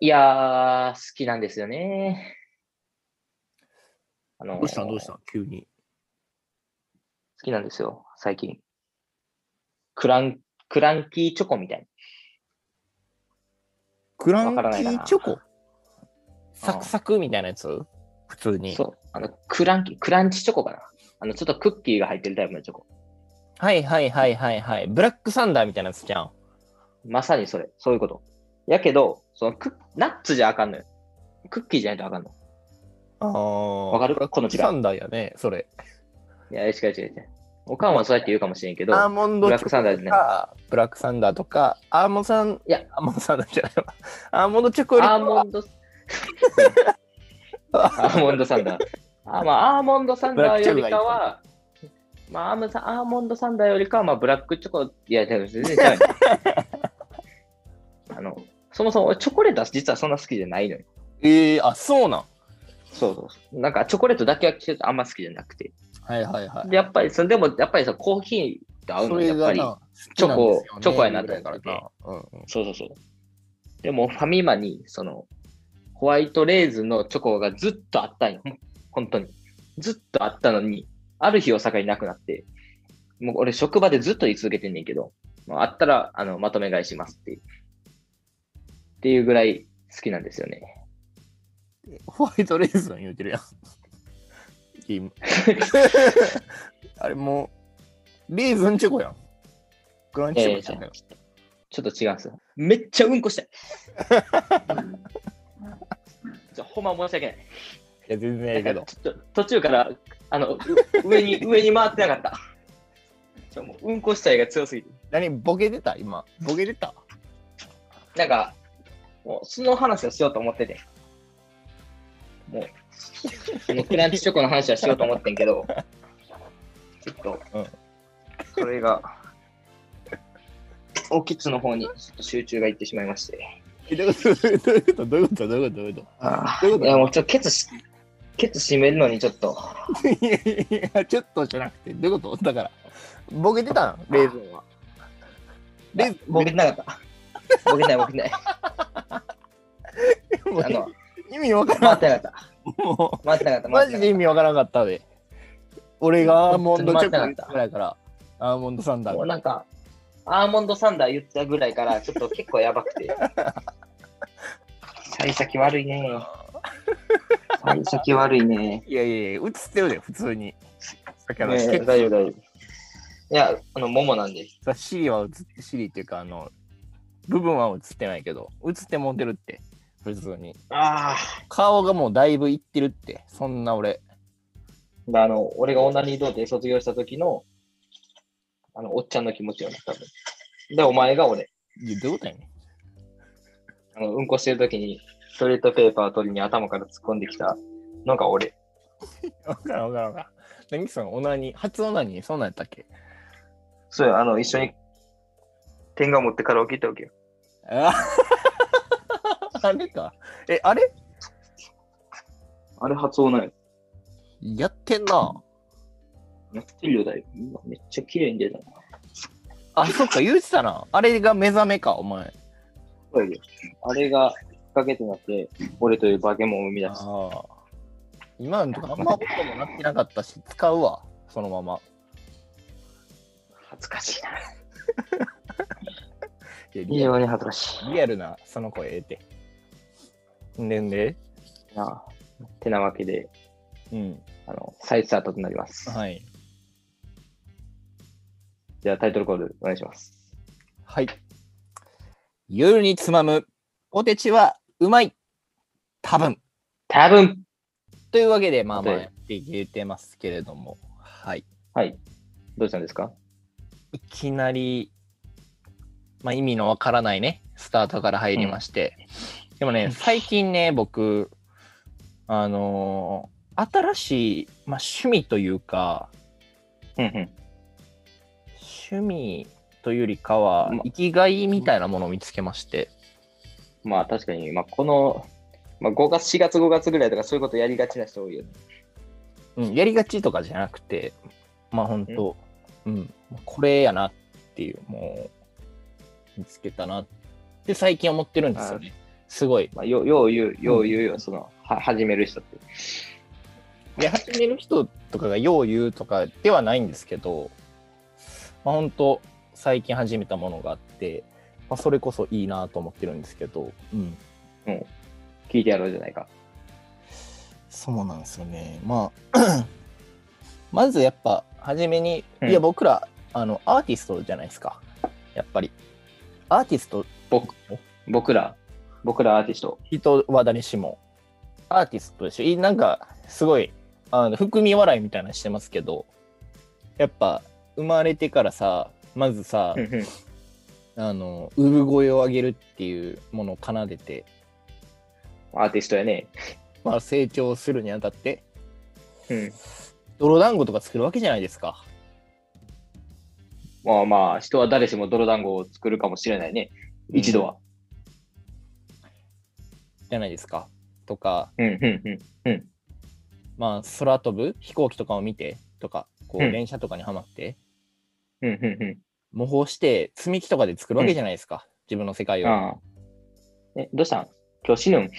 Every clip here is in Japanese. いやー、好きなんですよね。あのーどうしたんどうしたん急に。好きなんですよ、最近。クラン、クランキーチョコみたいクラわンからなキいかーなチョコサクサクみたいなやつ普通な。に。そう。あの、クランキー、クランチチョコかな。あの、ちょっとクッキーが入ってるタイプのチョコ。はいはいはいはいはい。ブラックサンダーみたいなやつじゃん。まさにそれ、そういうこと。やけど、そのクッナッツじゃあかんのよ。クッキーじゃないとあかんの。ああ。わかるこの違いサンダーやね、それ。いや、違う違う違う。おかんはそうやって言うかもしれんけど、アーモンドブチラョッコクとサンダーじゃない。か、ブラックサンダーとか、アーモンドサン、いや、アーモンドサンダーじゃないわ。 アーモンドチョコよりアーモンド、アーモンドサンダー。あまあ、アーモンドサンダーよりかは、まあ、アームサアーモンドサンダーよりかは、まあ、ブラックチョコ、いや、でも全然 違うよ。あの、そもそも俺チョコレートは実はそんな好きじゃないのよ。ええー、あ、そうなん。そうそうそう。なんかチョコレートだけはちょっとあんま好きじゃなくて。はいはいはい。で、やっぱり、それでも、やっぱりさ、コーヒーと合うそのれやっぱり。なチョコ好きんですよねチョコやなと思ってぐらいからな。うんうんそうそうそう。でも、ファミマに、その、ホワイトレーズンのチョコがずっとあったんよ。本当に。ずっとあったのに、ある日を境になくなって、もう俺職場でずっと言い続けてんねんけど、もうあったら、あの、まとめ買いしますって。っていうぐらい好きなんですよね。ホワイトレーズン言うてる やん。今あれもう、レーズンチョコやん。クランチチョコちゃんだよ。ちょっと違うんですよ。めっちゃうんこ したい。ちょほんま申し訳ない。いや、全然やけど。ちょっと途中からあのう上 に上に回ってなかった。ちょもううんこしたいが強すぎて。何、ボケてた今。ボケて たなんか、もうその話をしようと思ってて。もう、そのクランチチョコの話はしようと思ってんけど、ちょっと、うんそれが、オキッズの方にちょっと集中がいってしまいまして。えどういうことどういうことどういうことどういうこあどういうこといや、もうちょっとケツし、ケツ締めるのにちょっと、といやいやいや、ちょっとじゃなくて、どういうことだから、ボケてたんレーズンは。レーズン、ボケてなかった。ボケてない、ボケてない。 もうあの、 意味わか回らっん。てなかった。もう回ってなかった。マジで意味わからなかったで。俺がアーモンドチョ本コ当に待ってなかったぐらいから、アーモンドサンダーもがうなんか、アーモンドサンダー言ったぐらいから、ちょっと結構やばく て。幸先悪いね。幸先悪いね。いやいやいや、映ってるで、普通に。だから、ねえ結構大丈夫、大丈夫。いや、あの、ももなんで。さ、シリは映って、シリっていうか、あの、部分は映ってないけど、映ってもうてるって、普通に。あ顔がもうだいぶいってるって、そんな俺。あ。あの、俺が女に童貞卒業した時の、あの、おっちゃんの気持ちよね、多分。で、お前が俺、いや、どういうことやねあの、うんこしてる時に、トイレットペーパー取りに頭から突っ込んできたのが俺。ん。わからんわからんわからん。何そのオナニー、初オナニー、そんなんやったっけそうよあの、一緒に、天が持ってカラオケ行ったわけよ。ああれか。え、あれあれ発音ない。やってんな。めっちゃ綺麗だよ。めっちゃ綺麗に出たな。あ、そっか、言うてたな。あれが目覚めか、お前。あれがきっかけとなって、俺という化け物を生み出あしあ。今のとこあんま音もなってなかったし、使うわ、そのまま。た。恥ずかしいな。いや非常に恥ずかしリアルなその声ええて。んでんで。いなあ。てなわけで、うん。あの、再スタートとなります。はい。じゃあタイトルコールお願いします。はい。夜につまむポテチはうまい。多分。多分というわけで、まあまあはいやっていけてますけれども。はい。はい。どうしたんですかいきなり、まあ意味のわからないね、スタートから入りまして。でもね、最近ね、僕、あのー新しい、まあ、趣味というか、うんうん。趣味というよりかはま生きがいみたいなものを見つけまして、まあ確かに、まあこの、まあ5月、4月5月ぐらいとかそういうことやりがちな人多いよね。うん、やりがちとかじゃなくてまあ本当うんこれやなっていうもう見つけたなって最近思ってるんですよねすごい。まあ、よよう言う、よう言うよ、その、は始める人って。で始める人とかがよう言うとかではないんですけど、まあ、本当最近始めたものがあって、まあ、それこそいいなと思ってるんですけど、うん、聞いてやろうじゃないか。そうなんですよねまあ まずやっぱ初めに、うんいや僕らあのアーティストじゃないですかやっぱりアーティスト僕僕ら、僕らアーティスト。人は誰しもアーティストでしょいなんかすごいあの含み笑いみたいなのしてますけどやっぱ生まれてからさまずさ、うんうんあの産声を上げるっていうものを奏でて、アーティストやね。まあ、成長するにあたってうん。泥団子とか作るわけじゃないですかまあまあ、人は誰しも泥団子を作るかもしれないね。一度は。じゃないですかとかうん、うん、うん。まあ、空飛ぶ飛行機とかを見てとかこううん電車とかにはまって、うん、うん、模倣して積み木とかで作るわけじゃないですか、自分の世界うん。を。ああ。え、どうしたん今日死ぬん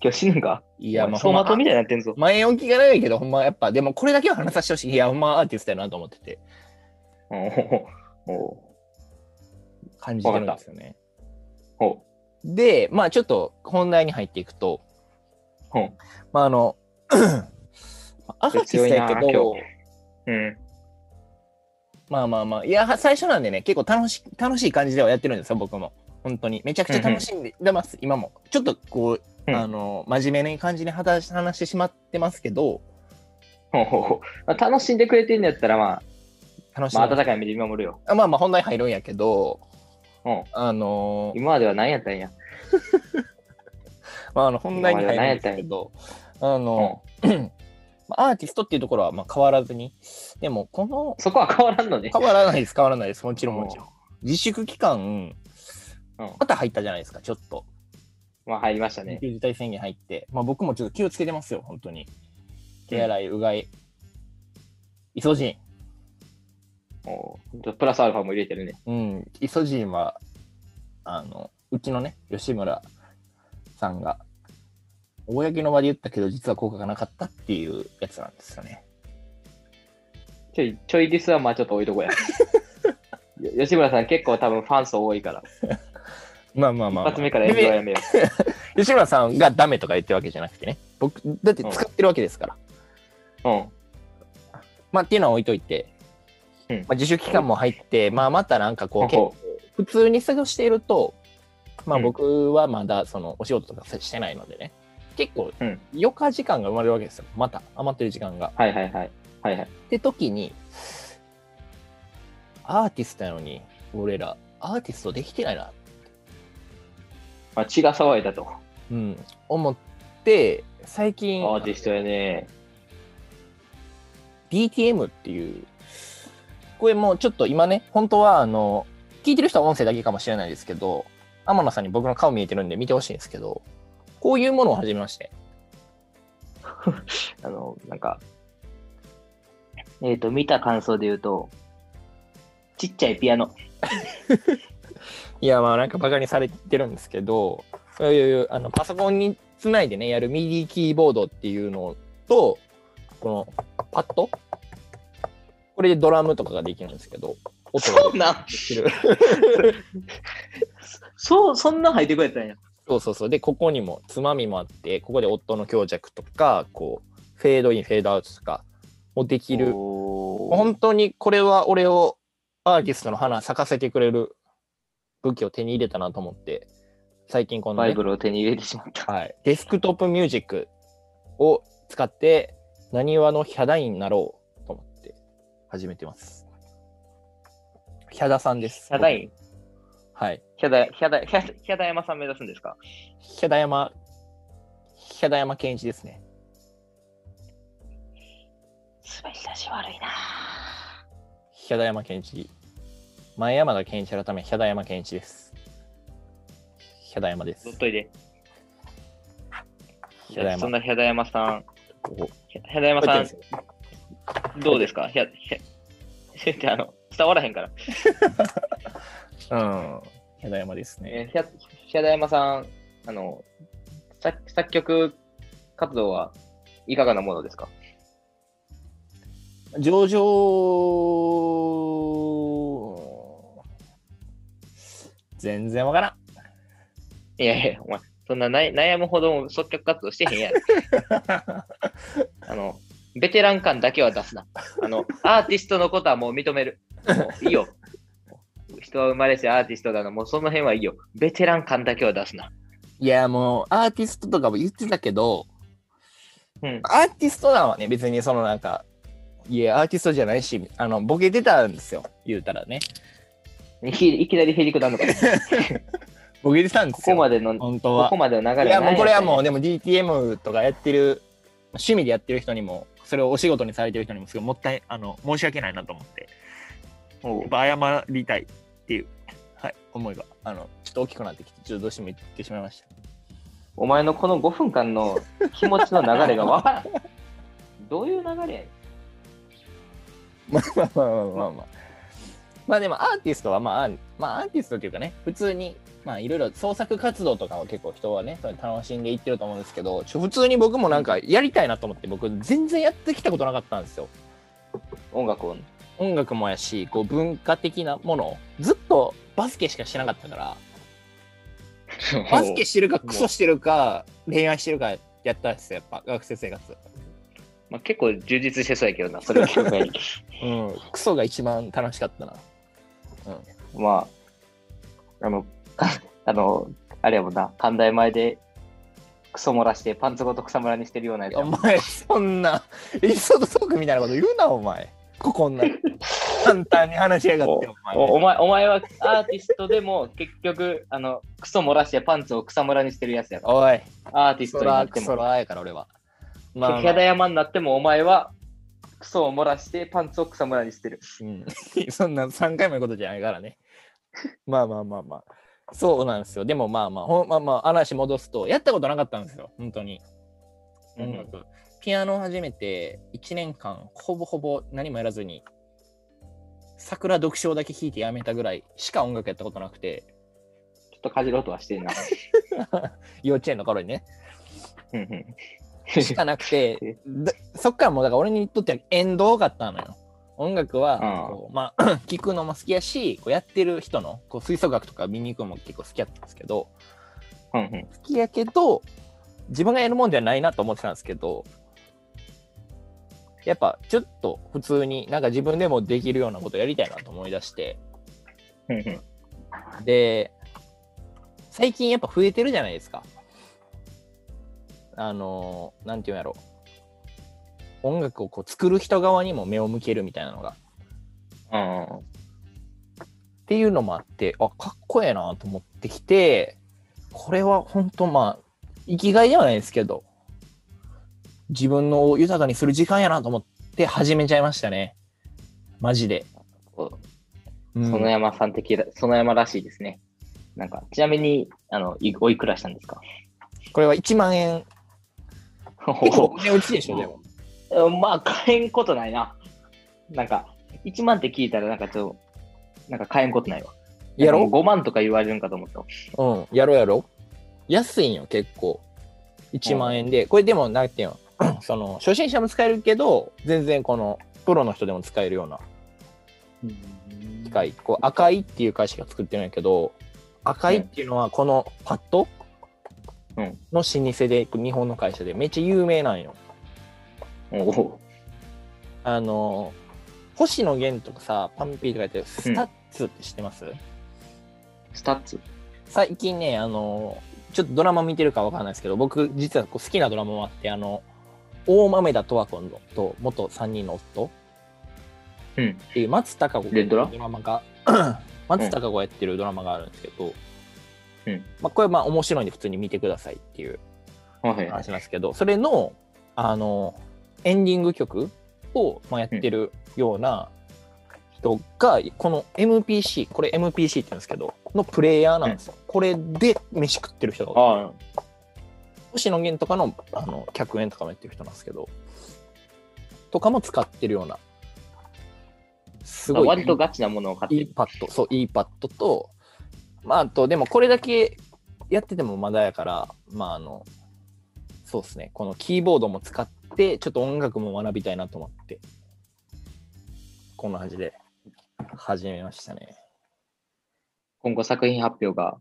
今日死ぬんかいいや、まあ、走ほん馬灯まみたいになってんぞ。前置きがないけど、ほんまやっぱ、でもこれだけは話させてほしい。いや、ほんまアーティストやなと思ってて、おおお感じてるんですよね。おおで、まあちょっと本題に入っていくと、ほうまああ の、アーティストやけ強いなど今、うん。まあまあまあ、いや、最初なんでね、結構楽し楽しい感じではやってるんですよ、僕も。本当に。めちゃくちゃ楽しんでます、今も。ちょっとこう、うんあの、真面目な感じに話し話してしまってますけど、ほうほうほうまあ楽しんでくれてんのやったら、まあ、楽しいまあ、温かい目で見守るよ。あまあまあ、本題入るんやけど、うんあのー、今までは何やったんや。まあ、あの本題に入るんですけど、あの、まあアーティストっていうところはまあ変わらずに、でも、この、そこは変わらんのね。変わらないです、変わらないです、もちろんうんもちろん。自粛期間、うんまた入ったじゃないですか、ちょっと。まあ、入りました緊ね。急事態宣言入って、まあ、僕もちょっと気をつけてますよ、本当に。手洗い、うがい、イソジおプラスアルファも入れてるね。ン。うん、イソジンは、あの、うちのね、吉村さんが、公の場で言ったけど、実は効果がなかったっていうやつなんですよね。ちょい、ちょいディスはまあちょっと置いとこ うや。よ吉村さん結構多分ファン層多いから、まあまあまあ、一発目から炎上はやめよう。吉村さんがダメとか言ってるわけじゃなくてね。僕、だって使ってるわけですから。うん。まあっていうのは置いといて、うんまあ、自主期間も入って、まあまたなんかこう、結ほう構普通に過ごしていると、まあうん僕はまだそのお仕事とかしてないのでね、結構うん余暇時間が生まれるわけですよ。また余ってる時間が。はいはいはい。はいはい。って時に、アーティストなのに、俺らアーティストできてないな、まあ、血が騒いだと。うん、思って、最近、アーティストやね。 DTM っていう、これもうちょっと今ね、本当はあの、聞いてる人は音声だけかもしれないですけど、天野さんに僕の顔見えてるんで見てほしいんですけど、こういうものを始めまして。あの、なんか、えっ、と、見た感想で言うと、ちっちゃいピアノ。いや、まあなんかバカにされてるんですけど、そういうあのパソコンにつないでね、やる MIDI キーボードっていうのと、このパッドこれでドラムとかができるんですけど、音がうなんで きる。そう、そんな入ってくれたんや。そうそうそう。で、ここにもつまみもあって、ここで夫の強弱とか、こう、フェードイン、フェードアウトとかもできる。もうほ本当にこれは俺をアーティストの花咲かせてくれる武器を手に入れたなと思って、最近このバね、イブルを手に入れてしまった。はい、デスクトップミュージックを使って、なにわのヒャダインになろうと思って始めてます。ヒャダさんです。ヒャダインはい。ヒャダ、ヒャダ、ヒャダヒャダ山さん目指すんですかヒャダ山、ヒャダ山健一ですね。滑り出し悪いなヒャダヤマケンイチ。前山田健一改め、ヒャダヤマケンイチです。ヒャダヤマですずっ。といで。ヒャダヤそんマ。なヒャダ山さん、こヒャダ山こさん、どうですかヒャ、ヒャ、ヒャってあの、伝わらへんから。うん。ヒャダヤマですえーね。ヒャ、平田山さん、あの、作作曲活動はいかがなものですか上場、全然わからん。いやいや、お前、そんな悩悩むほども作曲活動してへん やん。あの、ベテラン感だけは出すな。あの、アーティストのことはもう認める。もういいよ。人は生まれしアーティストだな。もうその辺はいいよ。ベテラン感だけは出すな。 いや、もう、アーティストとかも言ってたけど、うん。アーティストなんはね、別にそのなんか、いや、アーティストじゃないし、あの、ボケてたんですよ、言うたらね。いきいきなりへりくだんのか。こボケてたんですこよ、まで の、本当こはこ。までの流いれや、もうこれはもう、ね。でも DTM とかやってる、趣味でやってる人にも、それをお仕事にされてる人にも、すごいもったい、あの、申し訳ないなと思って、おやうっぱ謝りたいっていう、はい、思いが、あの、ちょっと大きくなってきて、ちょっとどうしても言ってしまいました。お前のこの5分間の気持ちの流れがわからん。どういう流れやねんまあまあまあまあまあまあ。まあでもアーティストはまあ、あんまあアーティストっていうかね、普通に、まあいろいろ創作活動とかは結構人はね、それ楽しんでいってると思うんですけど、ちょ普通に僕もなんかやりたいなと思って、僕全然やってきたことなかったんですよ。音楽 を。音楽もやし、こう文化的なもの、ずっとバスケしかしてなかったから、バスケしてるかクソしてるか、恋愛してるかやったんですよ、やっぱ学生生活。まあ、結構充実してそうやけどな、それを考え に。うん、クソが一番楽しかったな。まあ、あの、かあの、あれやもんな、寛大前でクソ漏らしてパンツごと草むらにしてるようなやつやおもん前、そんなエピソードトークみたいなこと言うな、お前。ここんな簡単に話しやがって、お前。おお前お前はアーティストでも結局あのクソ漏らしてパンツを草むらにしてるやつやかおい、らアーテクィストソになラっーてクソもラーやから、俺は。まあまあ毛肌山になってもお前はクソを漏らしてパンツを草むらにしてるうんそんな3回も言う ことじゃないからね。まあまあまあまあ。そうなんですよ。でもまあまあ、ほんまあまあ、話戻すと、やったことなかったんですよ、本当に。音楽。ピアノを始めて、1年間、ほぼほぼ何もやらずに、桜読書だけ弾いてやめたぐらいしか音楽やったことなくて、ちょっとかじろうとはしてんな幼稚園の頃にね。うんうんしかなくて え、だそっからもうだから俺にとっては縁遠かったのよ。音楽はああこう、まあ、 聞くのも好きやし、こうやってる人の、こう吹奏楽とか見に行くのも結構好きやったんですけど、うんうん好きやけど、自分がやるもんじゃないなと思ってたんですけど、やっぱちょっと普通になんか自分でもできるようなことやりたいなと思い出して、うんうんで、最近やっぱ増えてるじゃないですか。あのー、なんていうんやろ音楽をこう作る人側にも目を向けるみたいなのが。あーっていうのもあって、あ、かっこええなと思ってきて、これは本当まあ、生きがいではないですけど、自分の豊かにする時間やなと思って始めちゃいましたね。マジで。こううん園山さん的ら、園山らしいですね。なんか、ちなみに、あの、いおいくらしたんですかこれは1万円。結構お値打ちでしょ、でも。まあ、買えんことないな。なんか、1万って聞いたら、なんかちょっと、なんか買えんことないわ。やろなんかもう ?5 万とか言われるんかと思ったわ。うん、やろうやろう。安いんよ、結構。1万円で。これでも、なんていうの、 その、初心者も使えるけど、全然この、プロの人でも使えるような機械。こう、赤いっていう会社が作ってるんやけど、赤いっていうのは、このパッドうんの老舗で、日本の会社で、めっちゃ有名なんよ。おおあの、星野源とかさ、パンピーとかやってる、スタッツって知ってます、スタッツ。最近ね、あの、ちょっとドラマ見てるかわかんないですけど、僕、実はこう好きなドラマもあって、あの、大豆田十和子のと元3人の夫うんっていう松たか子レンドラドラマが、松たか子やってるドラマがあるんですけど、うんまあ、これはまあ面白いんで普通に見てくださいっていうはい。話なんですけど、それの、あの、エンディング曲をまあやってるような人が、この MPC、これ MPC って言うんですけど、のプレイヤーなんですよ。これで飯食ってる人が多いあ星野源とかのあの客演とかもやってる人なんですけど、とかも使ってるような、すあ、ごい割とガチなものを買っていいる。パッド、そう、いいパッドと、まあ、あと、でもこれだけやっててもまだやから、まああの、そうですね、このキーボードも使って、ちょっと音楽も学びたいなと思って、こんな感じで始めましたね。今後作品発表が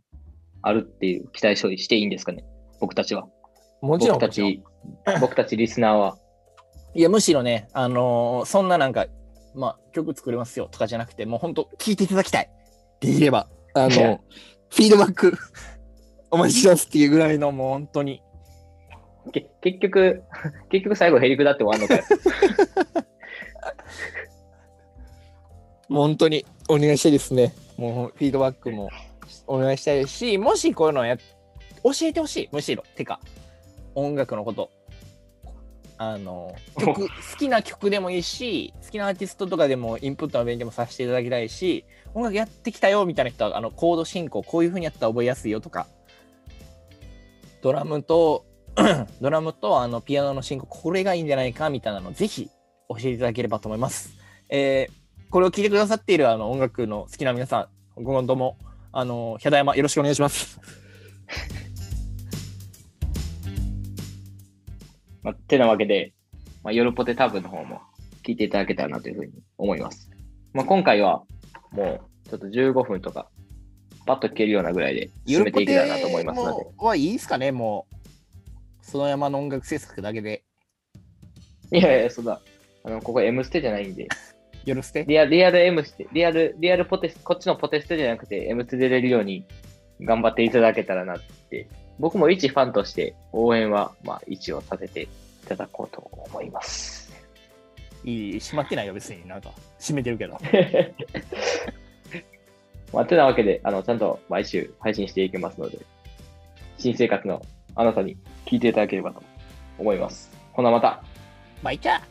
あるっていう期待処理していいんですかね僕たちは。もちろん、僕たもちろんち、僕たちリスナーは。いや、むしろね、あのーそんななんか、まあ、曲作れますよとかじゃなくて、もう本当、聞いていただきたいって言えば、あのいやーフィードバックお待ちしますっていうぐらいの、もう本当に。け結局、 結局最後ヘリクだって終わんのかよ。もう本当にお願いしたいですね。もうフィードバックもお願いしたいし、もしこういうのや教えてほしい、むしろ。てか、音楽のこと。あの曲好きな曲でもいいし好きなアーティストとかでもインプットの勉強もさせていただきたいし音楽やってきたよみたいな人はあのコード進行こういう風にやったら覚えやすいよとかドラムと ドラムとあのピアノの進行これがいいんじゃないかみたいなのぜひ教えていただければと思います。えーこれを聞いてくださっているあの音楽の好きな皆さん、ご今後も、あの、ひゃだやまよろしくお願いします。 まあ、てなわけで、まあ、ヨルポテタブの方も聞いていただけたらなというふうに思います。まあ、今回はもうちょっと15分とか、パッと聞けるようなぐらいで進めていけたらなと思いますので、はいいですかね、もう。その山の音楽制作だけで、いやいや、そうだ。あの、ここ M ステじゃないんで、よろしく。リアリアル M ステ、リアル、リアルポテス、こっちのポテステじゃなくて M ステ出れるように頑張っていただけたらなって、僕も一ファンとして応援は、まあ、一応させていただこうと思います。いい、閉まってないよ、別になんか。閉めてるけど。まあ、てなわけで、あの、ちゃんと毎週配信していきますので、新生活のあなたに聞いていただければと思います。ほなまた。まあ、いっか。